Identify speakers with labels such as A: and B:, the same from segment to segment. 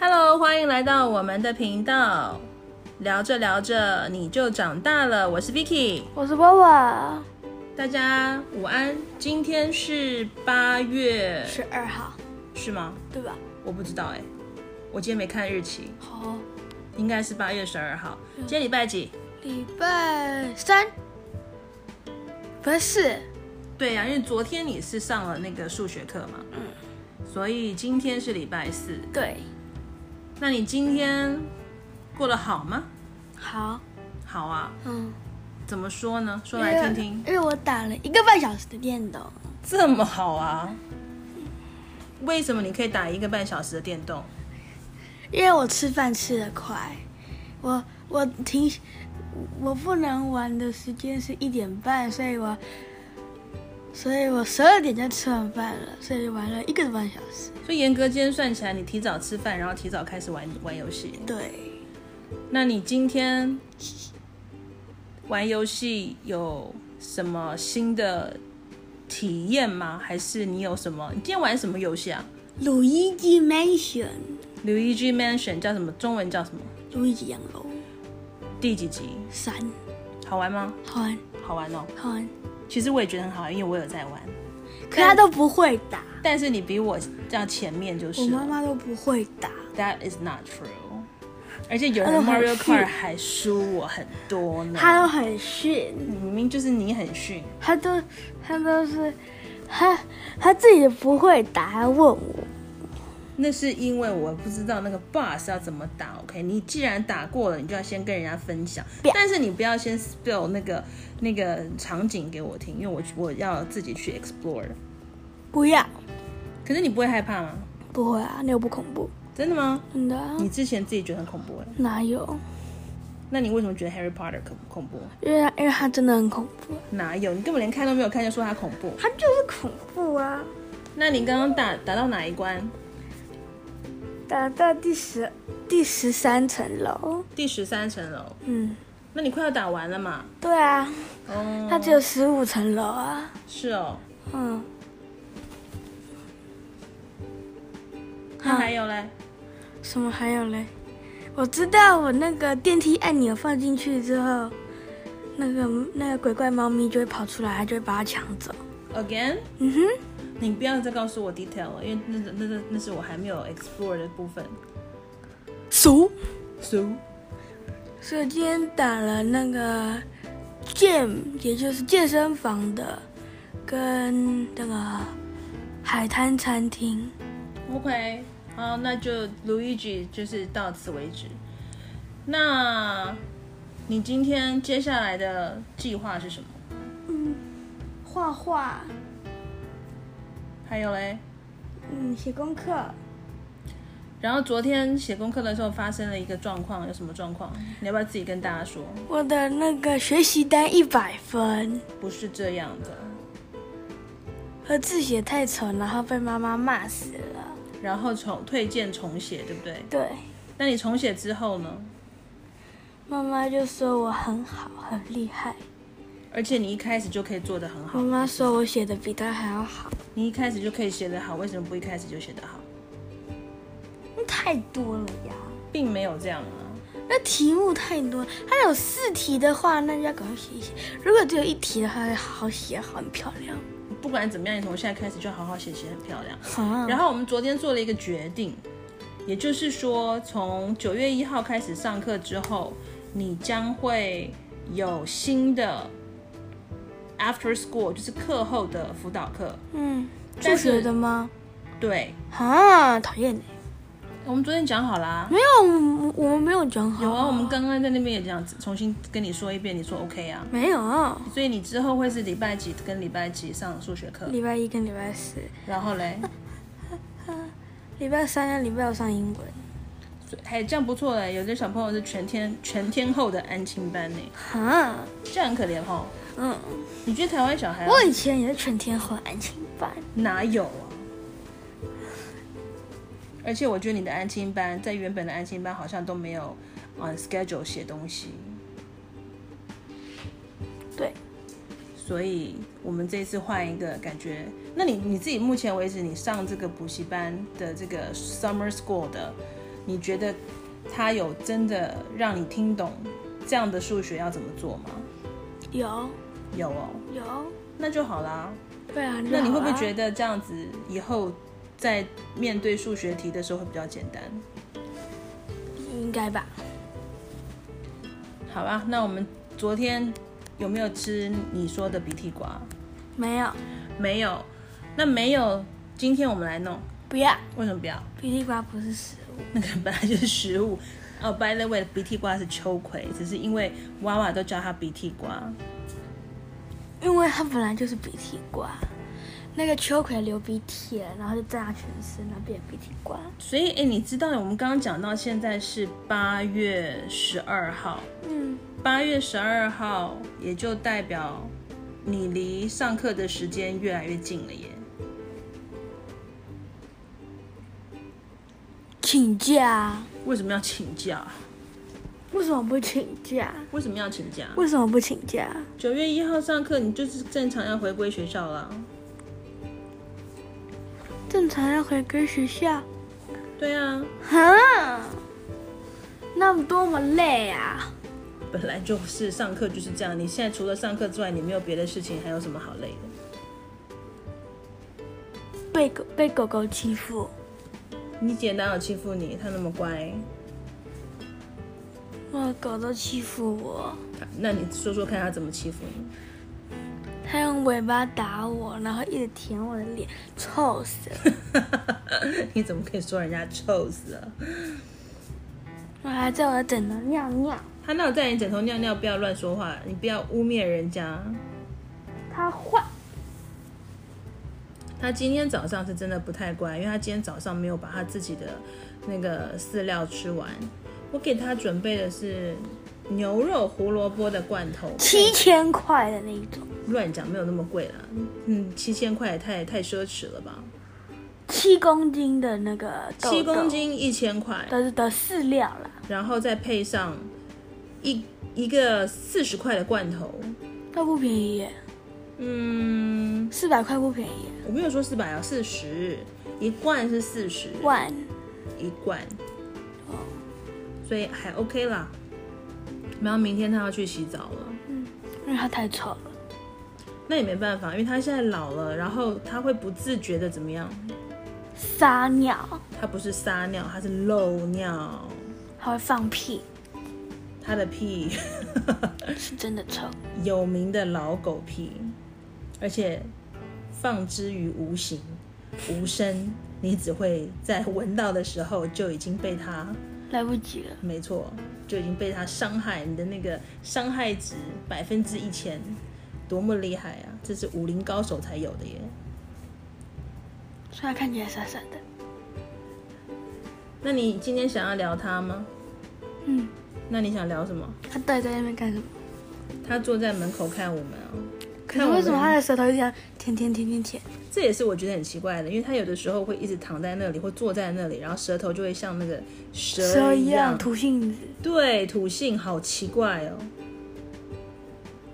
A: Hello，欢迎来到我们的频道。聊着聊着你就长大了，我是 Vicky，
B: 我是娃娃，
A: 大家午安。今天是八月，
B: 十二号，
A: 是吗？
B: 对吧？
A: 我不知道哎、我今天没看日期，
B: 好哦，
A: 应该是八月十二号。今天礼拜几？
B: 礼拜三，不是，
A: 对呀、因为昨天你是上了那个数学课嘛，嗯，所以今天是礼拜四。
B: 对，
A: 那你今天过得好吗？
B: 好，
A: 好啊，
B: 嗯，
A: 怎么说呢？说来听听。
B: 因为我打了一个半小时的电动，
A: 这么好啊？为什么你可以打一个半小时的电动？
B: 因为我吃饭吃的快，我我停，我不能玩的时间是一点半，所以我，所以我十二点就吃完饭了，所以玩了一个半小时。
A: 所以严格今天算起来，你提早吃饭，然后提早开始玩玩游戏。
B: 对，
A: 那你今天玩游戏有什么新的体验吗？还是你有什么？你今天玩什么游戏啊？
B: 《鲁伊基 Mansion
A: 《Luigi Mansion》叫什么？中文叫什么？》，
B: 路易吉洋楼
A: 第几集？
B: 三，
A: 好玩吗？
B: 好玩，
A: 好玩哦。
B: 好玩。
A: 其实我也觉得很好啊玩，因为我有在玩。
B: 可他都不会打，
A: 但是你比我要前面就是
B: 我
A: 了。
B: 妈妈都不会打。
A: That is not true。而且有
B: 他
A: 人
B: 都很
A: Mario
B: 逊
A: Kart 还输我很多呢。
B: 她都很逊，
A: 明明就是你很逊，
B: 她都她都是，她她自己不会打，还问我。
A: 那是因为我不知道那个 boss 要怎么打。OK，你既然打过了，你就要先跟人家分享
B: 对，
A: 但是你不要先 spill 那个那个场景给我听，因为我我要自己去 explore。
B: 不要，
A: 可是你不会害怕吗？
B: 不会啊，那又不恐怖，
A: 真的吗？
B: 真的啊、
A: 你之前自己觉得很恐怖哎，
B: 哪有？
A: 那你为什么觉得 Harry Potter 恐恐怖？
B: 因为因为她真的很恐怖，
A: 哪有？你根本连看都没有看就说它恐怖。
B: 她就是恐怖啊！
A: 那你刚刚打打到哪一关？
B: 打到第十第十三层楼，
A: 第十三层楼。
B: 嗯，
A: 那你快要打完了嘛？
B: 对啊，
A: 哦，
B: 它只有十五层楼啊，
A: 是哦。
B: 嗯，
A: 那还有嘞？
B: 什么还有嘞？我知道，我那个电梯按钮放进去之后，那个那个鬼怪猫咪就会跑出来，它就会把它抢走。
A: Again，
B: 嗯哼，
A: 你不要再告诉我 detail 了，因为那那那那是我还没有 explore 的部分。
B: 熟。
A: So，
B: 所以我今天打了那个健，也就是健身房的，跟那个海滩餐厅。
A: OK，好，那就 Luigi 就是到此为止。那你今天接下来的计划是什么？
B: 嗯，画画，
A: 还有嘞？
B: 嗯，写功课。
A: 然后昨天写功课的时候发生了一个状况，有什么状况？你要不要自己跟大家说？
B: 我的那个学习单一百分。
A: 不是这样的。
B: 和字写太丑，然后被妈妈骂死了。
A: 然后重推荐重写，对不对？
B: 对，
A: 那你重写之后呢？
B: 妈妈就说我很好，很厉害。
A: 而且你一开始就可以做得很
B: 妈
A: 好，
B: 妈说我写的比她还要好，
A: 你一开始就可以写得好，为什么不一开始就写得好？
B: 那太多了呀。
A: 并没有这样啊。
B: 那题目太多，它有四题的话，那就要赶快写一写。如果只有一题的话，好好写，好很漂亮。
A: 不管怎么样，你从现在开始就好好写，写很漂亮。
B: 好
A: 然后我们昨天做了一个决定，也就是说，从九月一号开始上课之后，你将会有新的 after school，就是课后的辅导课。
B: 嗯，
A: 但
B: 数
A: 是
B: 学的吗？
A: 对，
B: 啊，讨厌欸
A: 我们昨天讲好啦。
B: 没有，我们我们没有讲好。
A: 有啊，我们刚刚在那边也讲，重新跟你说一遍，你说 OK 啊？
B: 没有。
A: 所以你之后会是礼拜几跟礼拜几上数学课，
B: 礼拜一跟礼拜四，
A: 然后嘞，
B: 礼拜三跟礼拜五上英文。
A: 所以哎，这样不错嘞，有的小朋友是全天全天候的安亲班呢，
B: 哈，
A: 这样很可怜哦。
B: 嗯，
A: 你觉得台湾小孩啊
B: 我以前也是全天候安静班。
A: 哪有啊？而且我觉得你的安亲班在原本的安亲班好像都没有 on schedule 写东西，
B: 对，
A: 所以我们这次换一个感觉。那你你自己目前为止，你上这个补习班的这个 summer school 的你觉得他有真的让你听懂这样的数学要怎么做吗？
B: 有
A: 有哦，
B: 有，
A: 那就好啦。
B: 对啊。
A: 那你会不会觉
B: 得
A: 得这样子以后在面对数学题的时候会比较简单？
B: 应该吧？
A: 好吧，那我们昨天有没有吃你说的鼻涕瓜？
B: 没有，
A: 没有，那没有，今天我们来弄。
B: 不要，
A: 为什么不要？
B: 鼻涕瓜不是食物。
A: 那个本来就是食物。 哦、b y the way，鼻涕瓜是秋葵，只是因为娃娃都叫它鼻涕瓜。
B: 因为它本来就是鼻涕瓜，那个秋葵流鼻涕了，然后就沾到全身，然后变鼻涕瓜。
A: 所以，哎，你知道我们刚刚讲到现在是八月十二号，
B: 嗯，
A: 八月十二号也就代表你离上课的时间越来越近了耶。
B: 请假？
A: 为什么要请假？
B: 为什么不请假？
A: 为什么要请假？
B: 为什么不请假？
A: 九月一号上课，你就是正常要回归学校啦。
B: 正常要回归学校。
A: 对啊，
B: 哈，那么多么累啊！
A: 本来就是上课就是这样。你现在除了上课之外，你没有别的事情，还有什么好累的？
B: 被狗被狗狗欺负，
A: 你姐哪有欺负你？她那么乖。
B: 我的狗都欺负我，
A: 她那你说说看，她怎么欺负你？
B: 它用尾巴打我，然后一直舔我的脸，臭死了！
A: 你怎么可以说人家臭死啊了？
B: 我还在我的枕头尿尿，
A: 她那有在你枕头尿尿，不要乱说话，你不要污蔑人家。
B: 它坏。
A: 她今天早上是真的不太乖，因为她今天早上没有把她自己的那个饲料吃完。我给她准备的是牛肉胡萝卜的罐头，
B: 七千块的那一种，
A: 乱讲没有那么贵啦，嗯，七千块也太太奢侈了吧？
B: 七公斤的那个豆豆
A: 七公斤一千块，
B: 的的饲料啦，
A: 然后再配上一一个四十块的罐头，
B: 那不便宜耶，
A: 嗯，
B: 四百块不便宜耶，
A: 我没有说四百啊，四十一罐是四十
B: 万
A: 一罐，所以还 OK 啦。然后明天他要去洗澡了，
B: 因为它太丑了，
A: 那也没办法，因为他现在老了，然后他会不自觉的怎么样？
B: 撒尿，
A: 他不是撒尿，他是漏尿，
B: 还会放屁，
A: 他的屁。
B: 是真的 臭。
A: 有名的老狗屁，而且放之于无形、无声，你只会在闻到的时候就已经被它，
B: 来不及了，
A: 没错，就已经被它伤害，你的那个伤害值百分之一千，多么厉害啊！这是武林高手才有的耶。
B: 虽然看起来傻傻的，
A: 那你今天想要聊它吗？
B: 嗯，
A: 那你想聊什么？
B: 它到底在那边干什么？
A: 它坐在门口看我们啊、
B: 可
A: 看
B: 是
A: 我们
B: 为什么它的舌头一直这样舔舔舔舔舔？
A: 这也是我觉得很奇怪的，因为它有的时候会一直躺在那里或坐在那里，然后舌头就会像那个蛇
B: 蛇
A: 一
B: 一
A: 样
B: 样吐信子，
A: 对，土性好奇怪哦。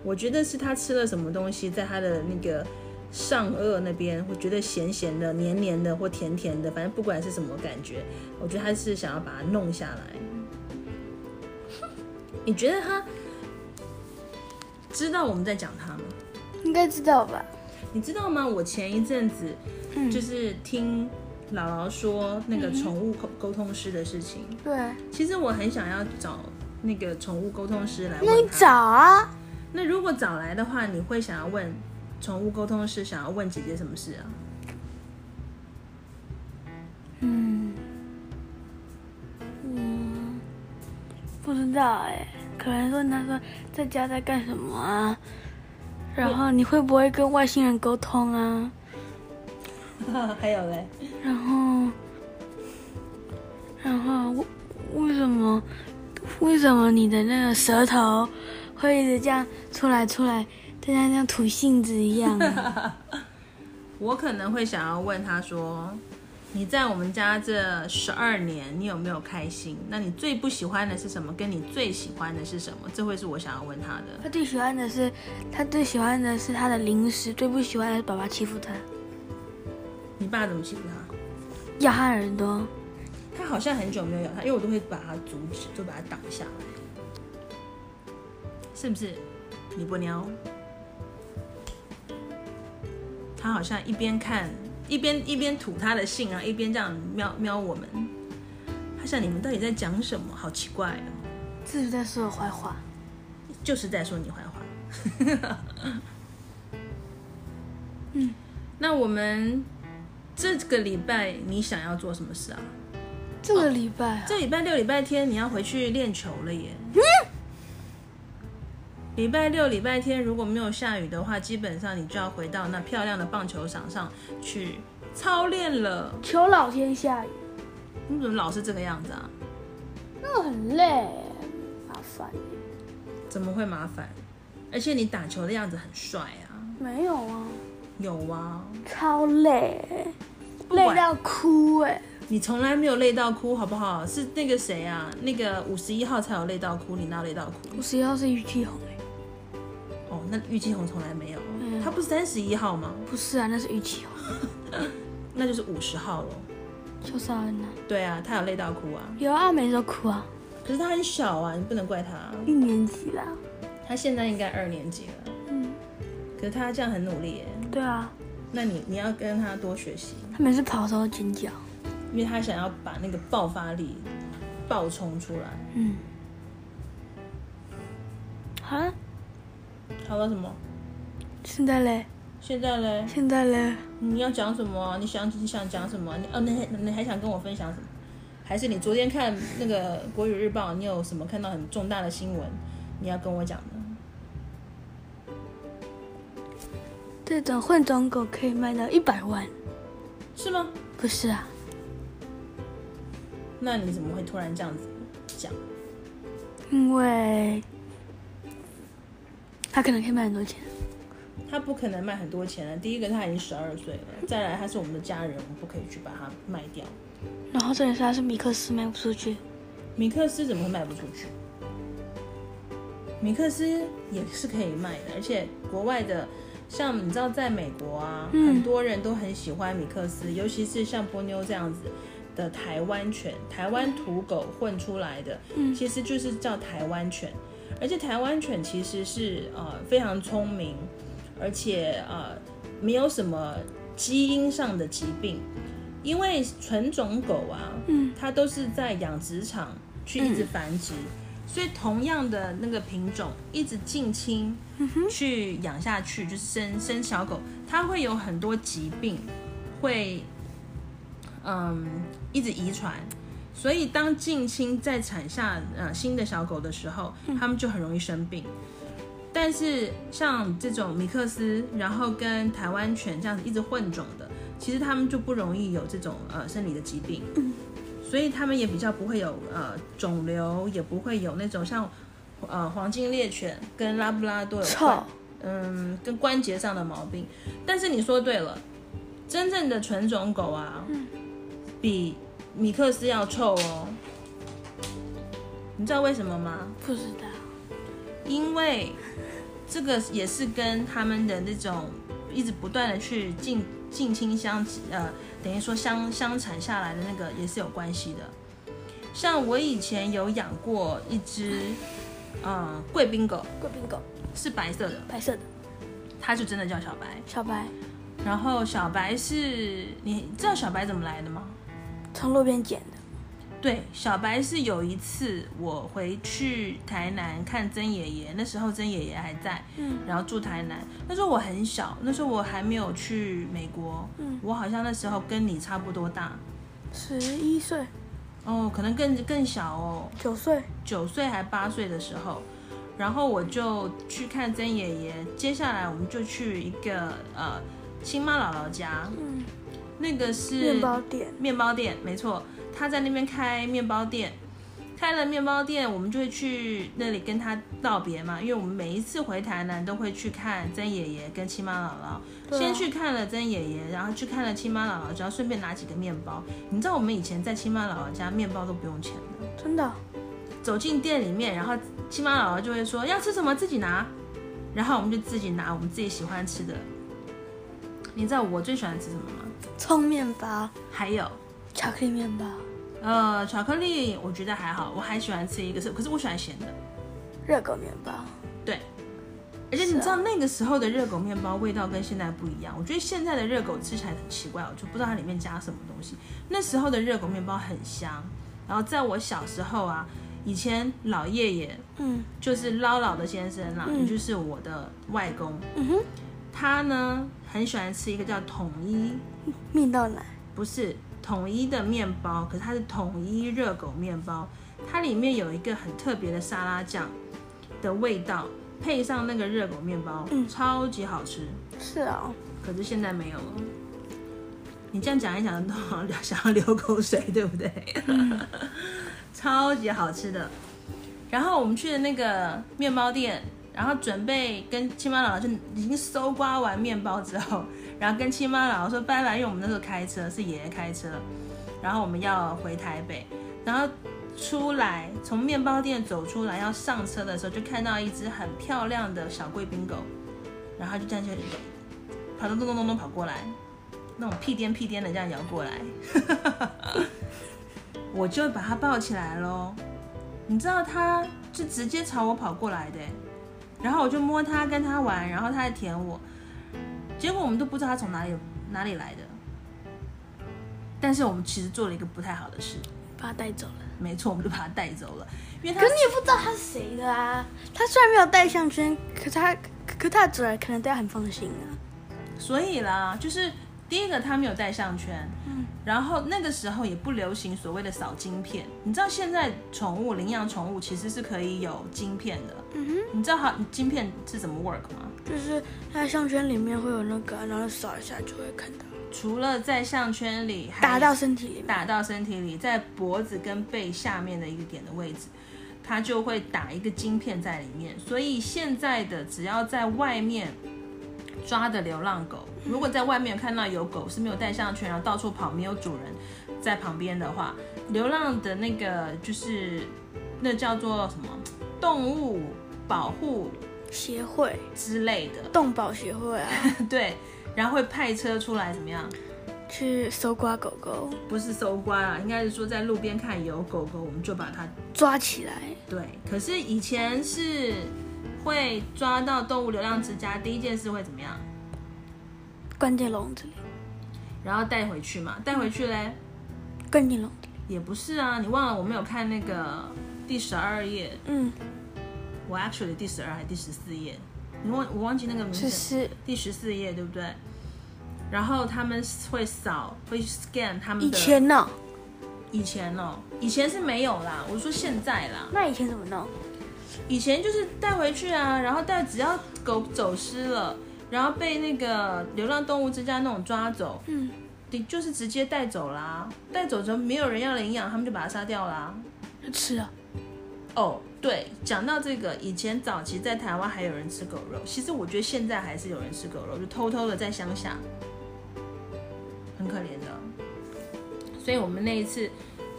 A: 我觉得是他吃了什么东西，在他的那个上颚那边，我觉得咸咸的、黏黏的或甜甜的，反正不管是什么感觉，我觉得他是想要把它弄下来。 你觉得他知道我们在讲他吗？
B: 应该知道吧？
A: 你知道吗？我前一阵子
B: 嗯
A: 就是听姥姥说那个宠物沟沟通师的事情，
B: 对，
A: 其实我很想要找那个宠物沟通师来
B: 那你
A: 问
B: 找
A: 他。
B: 啊，
A: 那如果找来的话，你会想要问宠物沟通师想要问姐姐什么事 啊？
B: 嗯，嗯，不知道哎，可能说他说在家在干什么啊？然后你会不会跟外星人沟通啊？
A: 还有嘞，
B: 然后，然后为为什么为什么你的那个舌头会一直这样出来出来，就像像吐信子一样啊？
A: 我可能会想要问他说，你在我们家这十二年，你有没有开心？那你最不喜欢的是什么？跟你最喜欢的是什么？这会是我想要问他的。
B: 他最喜欢的是他最喜欢的是他的零食，最不喜欢的是爸爸欺负他，
A: 你爸怎么欺负他？
B: 咬他耳朵，
A: 他好像很久没有咬它，因为我都会把它阻止，就把它挡下来，是不是？李伯娘，他好像一边看一边一边吐他的信，然后一边这样瞄瞄我们。他想你们到底在讲什么？好奇怪哦，
B: 这是在说我坏话。
A: 就是在说你坏话。 嗯，那我们这个礼拜你想要做什么事啊？
B: 这个礼拜啊、
A: 这礼拜六、礼拜天你要回去练球了耶。
B: 嗯
A: 礼拜六、礼拜天如果没有下雨的话，基本上你就要回到那漂亮的棒球场上去操练了。
B: 求老天下雨，
A: 你怎么老是这个样子啊？
B: 那我很累，麻烦。
A: 怎么会麻烦？而且你打球的样子很帅啊，
B: 没有啊，
A: 有啊，
B: 超累，
A: 管
B: 累到哭哎、
A: 你从来没有累到哭，好不好？是那个谁啊，那个五十一号才有累到哭，你哪有累到哭？
B: 五十号是玉季红哎、
A: 哦，那玉姬红从来没有，
B: 嗯
A: 他不是三十一号吗？
B: 不是啊，那是玉季红，
A: 那就是五十号喽。
B: 就是要很难。
A: 对啊，他有累到哭啊，
B: 有啊，每次都哭啊，
A: 可是他很小啊，你不能怪他啊、
B: 一年级啦。
A: 他现在应该二年级了，
B: 嗯，
A: 可是他这样很努力耶。
B: 对啊，
A: 那你你要跟他多学习，
B: 他每次跑的时候尖叫。
A: 因为他想要把那个爆发力爆冲出来。
B: 嗯，好了，
A: 好了，什么？
B: 现在嘞，
A: 现在嘞？
B: 现在嘞，
A: 你要讲什么？啊你想你想讲什么？你哦，你还你还想跟我分享什么？还是你昨天看那个《国语日报》，你有什么看到很重大的新闻，你要跟我讲的？
B: 这种混种狗可以卖到一百万，
A: 是吗？
B: 不是啊？
A: 那你怎么会突然这样子讲？
B: 因为他可能可以卖很多钱。
A: 他不可能卖很多钱了。啊第一个，他已经十二岁了；再来，他是我们的家人，我们不可以去把它卖掉。
B: 然后重点是他是米克斯卖不出去，
A: 米克斯怎么会卖不出去？米克斯也是可以卖的，而且国外的，像你知道，在美国啊，
B: 嗯
A: 很多人都很喜欢米克斯，尤其是像波妞这样子的台湾犬、台湾土狗混出来的，
B: 嗯
A: 其实就是叫台湾犬。而且台湾犬其实是呃非常聪明，而且呃没有什么基因上的疾病，因为纯种狗啊，
B: 嗯，
A: 它都是在养殖场去一直繁殖，所以同样的那个品种一直近亲去养下去，就是生生小狗，它会有很多疾病，会嗯一直遗传。所以，当近亲在产下呃新的小狗的时候，它们就很容易生病。但是像这种米克斯，然后跟台湾犬这样子一直混种的，其实它们就不容易有这种呃生理的疾病。所以他们也比较不会有呃肿瘤，也不会有那种像呃黄金猎犬跟拉布拉多有
B: 臭
A: 关，嗯跟关节上的毛病。但是你说对了，真正的纯种狗啊，比米克斯要臭哦。你知道为什么吗？
B: 不知道。
A: 因为这个也是跟他们的那种一直不断的去近近亲相呃，等于说相相产下来的那个也是有关系的。像我以前有养过一只，呃，贵宾狗，
B: 贵宾狗，
A: 是白色的，
B: 白色的
A: 它就真的叫小白。
B: 小白，
A: 然后小白是，你知道小白怎么来的吗？
B: 从路边捡的。
A: 对，小白是有一次我回去台南看曾爷爷，那时候曾爷爷还在，
B: 嗯，
A: 然后住台南。那时候我很小，那时候我还没有去美国，
B: 嗯
A: 我好像那时候跟你差不多大，
B: 十一岁、
A: 哦，可能更更小哦，
B: 九岁，
A: 九岁还八岁的时候，然后我就去看曾爷爷，接下来我们就去一个呃亲妈姥姥家，
B: 嗯，
A: 那个是
B: 面包店，
A: 面包店，没错，他在那边开面包店，开了面包店，我们就会去那里跟他道别嘛，因为我们每一次回台南都会去看曾爷爷跟亲妈姥姥，
B: 对啊
A: 先去看了曾爷爷，然后去看了亲妈姥姥，只要顺便拿几个面包。你知道我们以前在亲妈姥姥家面包都不用钱的，
B: 真的。
A: 走进店里面，然后亲妈姥姥就会说要吃什么自己拿，然后我们就自己拿我们自己喜欢吃的。你知道我最喜欢吃什么吗？
B: 葱面包，
A: 还有
B: 巧克力面包，
A: 呃，巧克力我觉得还好，我还喜欢吃一个是，可是我喜欢咸的。
B: 热狗面包，
A: 对，而且你
B: 是啊
A: 知道那个时候的热狗面包味道跟现在不一样，我觉得现在的热狗吃起来很奇怪，我就不知道它里面加什么东西。那时候的热狗面包很香，然后在我小时候啊，以前老爷爷
B: 嗯
A: 就是捞老的先生啦，
B: 嗯
A: 也就是我的外公，
B: 嗯哼，
A: 他呢很喜欢吃一个叫统一，
B: 蜜豆奶，
A: 不是统一的面包，可是它是统一热狗面包，它里面有一个很特别的沙拉酱的味道，配上那个热狗面包，
B: 嗯
A: 超级好吃。
B: 是哦，
A: 可是现在没有了。你这样讲一讲，都好像想要流口水，对不对？ 超级好吃的。然后我们去的那个面包店，然后准备跟亲妈姥姥就已经搜刮完面包之后，然后跟亲妈姥姥说拜拜，因为我们那时候开车是爷爷开车，然后我们要回台北，然后出来从面包店走出来要上车的时候，就看到一只很漂亮的小贵宾狗，然后它就站起来跑咚咚咚咚咚跑过来，那种屁颠屁颠的这样摇过来， 我就把它抱起来喽。你知道它就直接朝我跑过来的，然后我就摸它跟它玩，然后它还舔我，结果我们都不知道它从哪里哪里来的。但是我们其实做了一个不太好的事，
B: 把它带走了。
A: 没错，我们就把它带走了，因为它
B: 可是你也不知道它是谁的啊。它虽然没有戴项圈，可它可可它的主人可能对它很放心啊。
A: 所以啦，就是第一个他没有戴项圈，
B: 嗯
A: 然后那个时候也不流行所谓的扫晶片。你知道现在宠物领养宠物其实是可以有晶片的，
B: 嗯哼。
A: 你知道它晶片是怎么 work 吗？
B: 就是它的项圈里面会有那个，然后扫一下就会看到，
A: 除了在项圈里还
B: 打到身体里面。
A: 哎打到身体里，在脖子跟背下面的一个点的位置，它就会打一个晶片在里面。所以现在的只要在外面抓的流浪狗，如果在外面看到有狗是没有戴项圈，然后到处跑，没有主人在旁边的话，流浪的那个就是那叫做什么动物保护
B: 协会，
A: 之类的，
B: 动保协会啊，
A: 对，然后会派车出来怎么样？
B: 去搜刮狗狗，
A: 不是搜刮啊，应该是说在路边看有狗狗，我们就把它
B: 抓起来。
A: 对，可是以前是会抓到动物流浪之家，第一件事会怎么样？
B: 关进笼子里，
A: 然后带回去嘛，带回去嘞，
B: 关进笼子里。
A: 也不是啊，你忘了我们有看那个第十二页，
B: 嗯，
A: 我 actually 第十二还是第十四页，你忘我忘记那个名
B: 就
A: 字，
B: 是
A: 第十四页对不对？然后他们会扫，会 scan 他们的
B: 以前呢、
A: 以前哦，以前是没有啦，我说现在啦，
B: 那以前怎么弄？
A: 以前就是带回去啊，然后带只要狗走失了，然后被那个流浪动物之家那种抓走，
B: 嗯，
A: 你就是直接带走啦。带走之后没有人要领养，他们就把它杀掉啦。
B: 吃啊，
A: 哦，对，讲到这个，以前早期在台湾还有人吃狗肉，其实我觉得现在还是有人吃狗肉，就偷偷的在乡下，很可怜的。所以我们那一次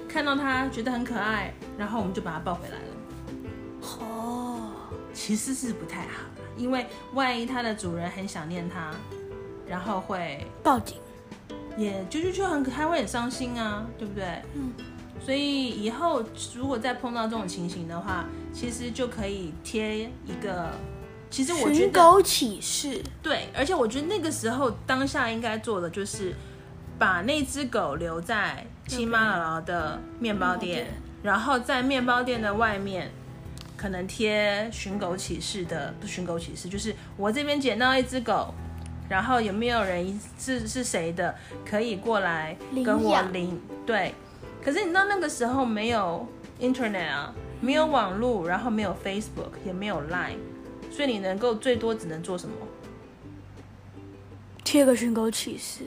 A: 看到它觉得很可爱，然后我们就把它抱回来了。
B: 哦，
A: 其实是不太好啦，因为万一它的主人很想念它，然后会
B: 报警。
A: 也就就就很它会很伤心啊，对不对？
B: 嗯。
A: 所以以后如果再碰到这种情形的话，其实就可以贴一个。其实我觉
B: 寻
A: 得
B: 狗启事，
A: 对，而且我觉得那个时候当下应该做的就是把那只狗留在亲妈姥姥的面包店
B: 面包店，
A: 然后在面包店的外面可能贴寻狗启事的，不是寻狗启事，就是我这边捡到一只狗，然后有没有人是是谁的，可以过来跟
B: 领
A: 我
B: 养
A: 领。对，可是你知道那个时候没有
B: 嗯
A: internet 啊，没有网络，然后没有 Facebook，也没有 Line，所以你能够最多只能做什么？
B: 贴个寻狗启事，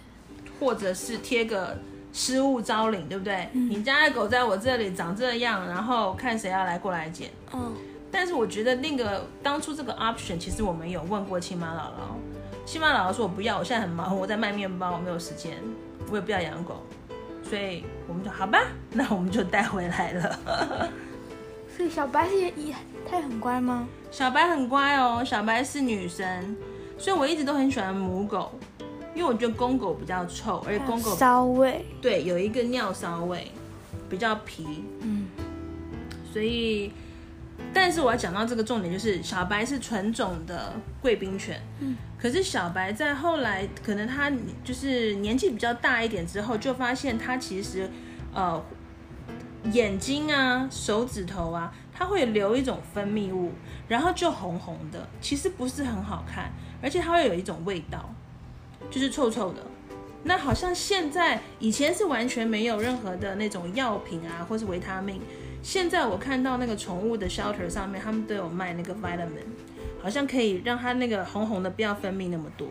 A: 或者是贴个失物招领，对不对？你家的狗在我这里长这样，然后看谁要来过来捡。
B: 嗯，
A: 但是我觉得那个当初这个 option，其实我们有问过亲妈姥姥，亲妈姥姥说我不要，我现在很忙，我在卖面包，我没有时间，我也不要养狗，所以我们就好吧，那我们就带回来了。
B: 所以小白是也也它也很乖吗？
A: 小白很乖哦，小白是女生，所以我一直都很喜欢母狗，因为我觉得公狗比较臭，而且公狗
B: 骚味，
A: 对，有一个尿骚味。比较皮，
B: 嗯，
A: 所以，但是我要讲到这个重点，就是小白是纯种的贵宾犬，嗯，可是小白在后来可能他就是年纪比较大一点之后，就发现他其实，呃，眼睛啊、手指头啊，它会留一种分泌物，然后就红红的，其实不是很好看，而且它会有一种味道，就是臭臭的。那好像现在以前是完全没有任何的那种药品啊，或是维他命，现在我看到那个宠物的 shelter 上面，他们都有卖那个 vitamin，好像可以让它那个红红的不要分泌那么多。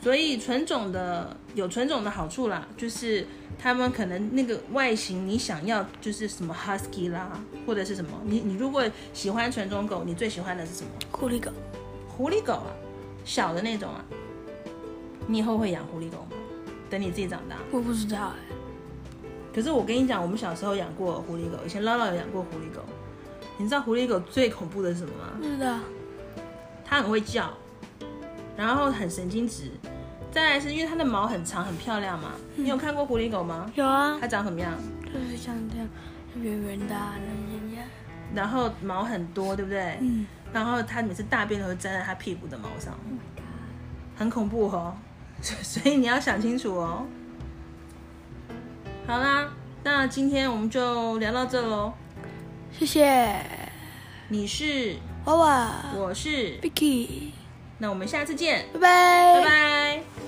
A: 所以纯种的有纯种的好处啦，就是他们可能那个外形你想要就是什么 husky 啦，或者是什么，你你如果喜欢纯种狗，你最喜欢的是什么？
B: 酷力狗，
A: 狐狸狗啊，小的那种啊。你以后会养狐狸狗吗？等你自己长大。
B: 我不知道哎、
A: 可是我跟你讲，我们小时候养过狐狸狗，以前姥姥有养过狐狸狗。你知道狐狸狗最恐怖的是什么吗？
B: 不知道，
A: 它很会叫，然后很神经质。再来是因为它的毛很长很漂亮嘛。你有看过狐狸狗吗？
B: 有啊，
A: 它长什么样？
B: 就是像这样圆圆的、啊，那样样，
A: 然后毛很多，对不对？
B: 嗯。
A: 然后它每次大便都会粘在它屁股的毛上，
B: Oh
A: 很恐怖哦。 所以所以你要想清楚哦。好啦，那今天我们就聊到这喽。
B: 谢谢，
A: 你是，
B: 娃娃
A: 我是，
B: ，Vicky，
A: 那我们下次见，
B: 拜
A: 拜拜。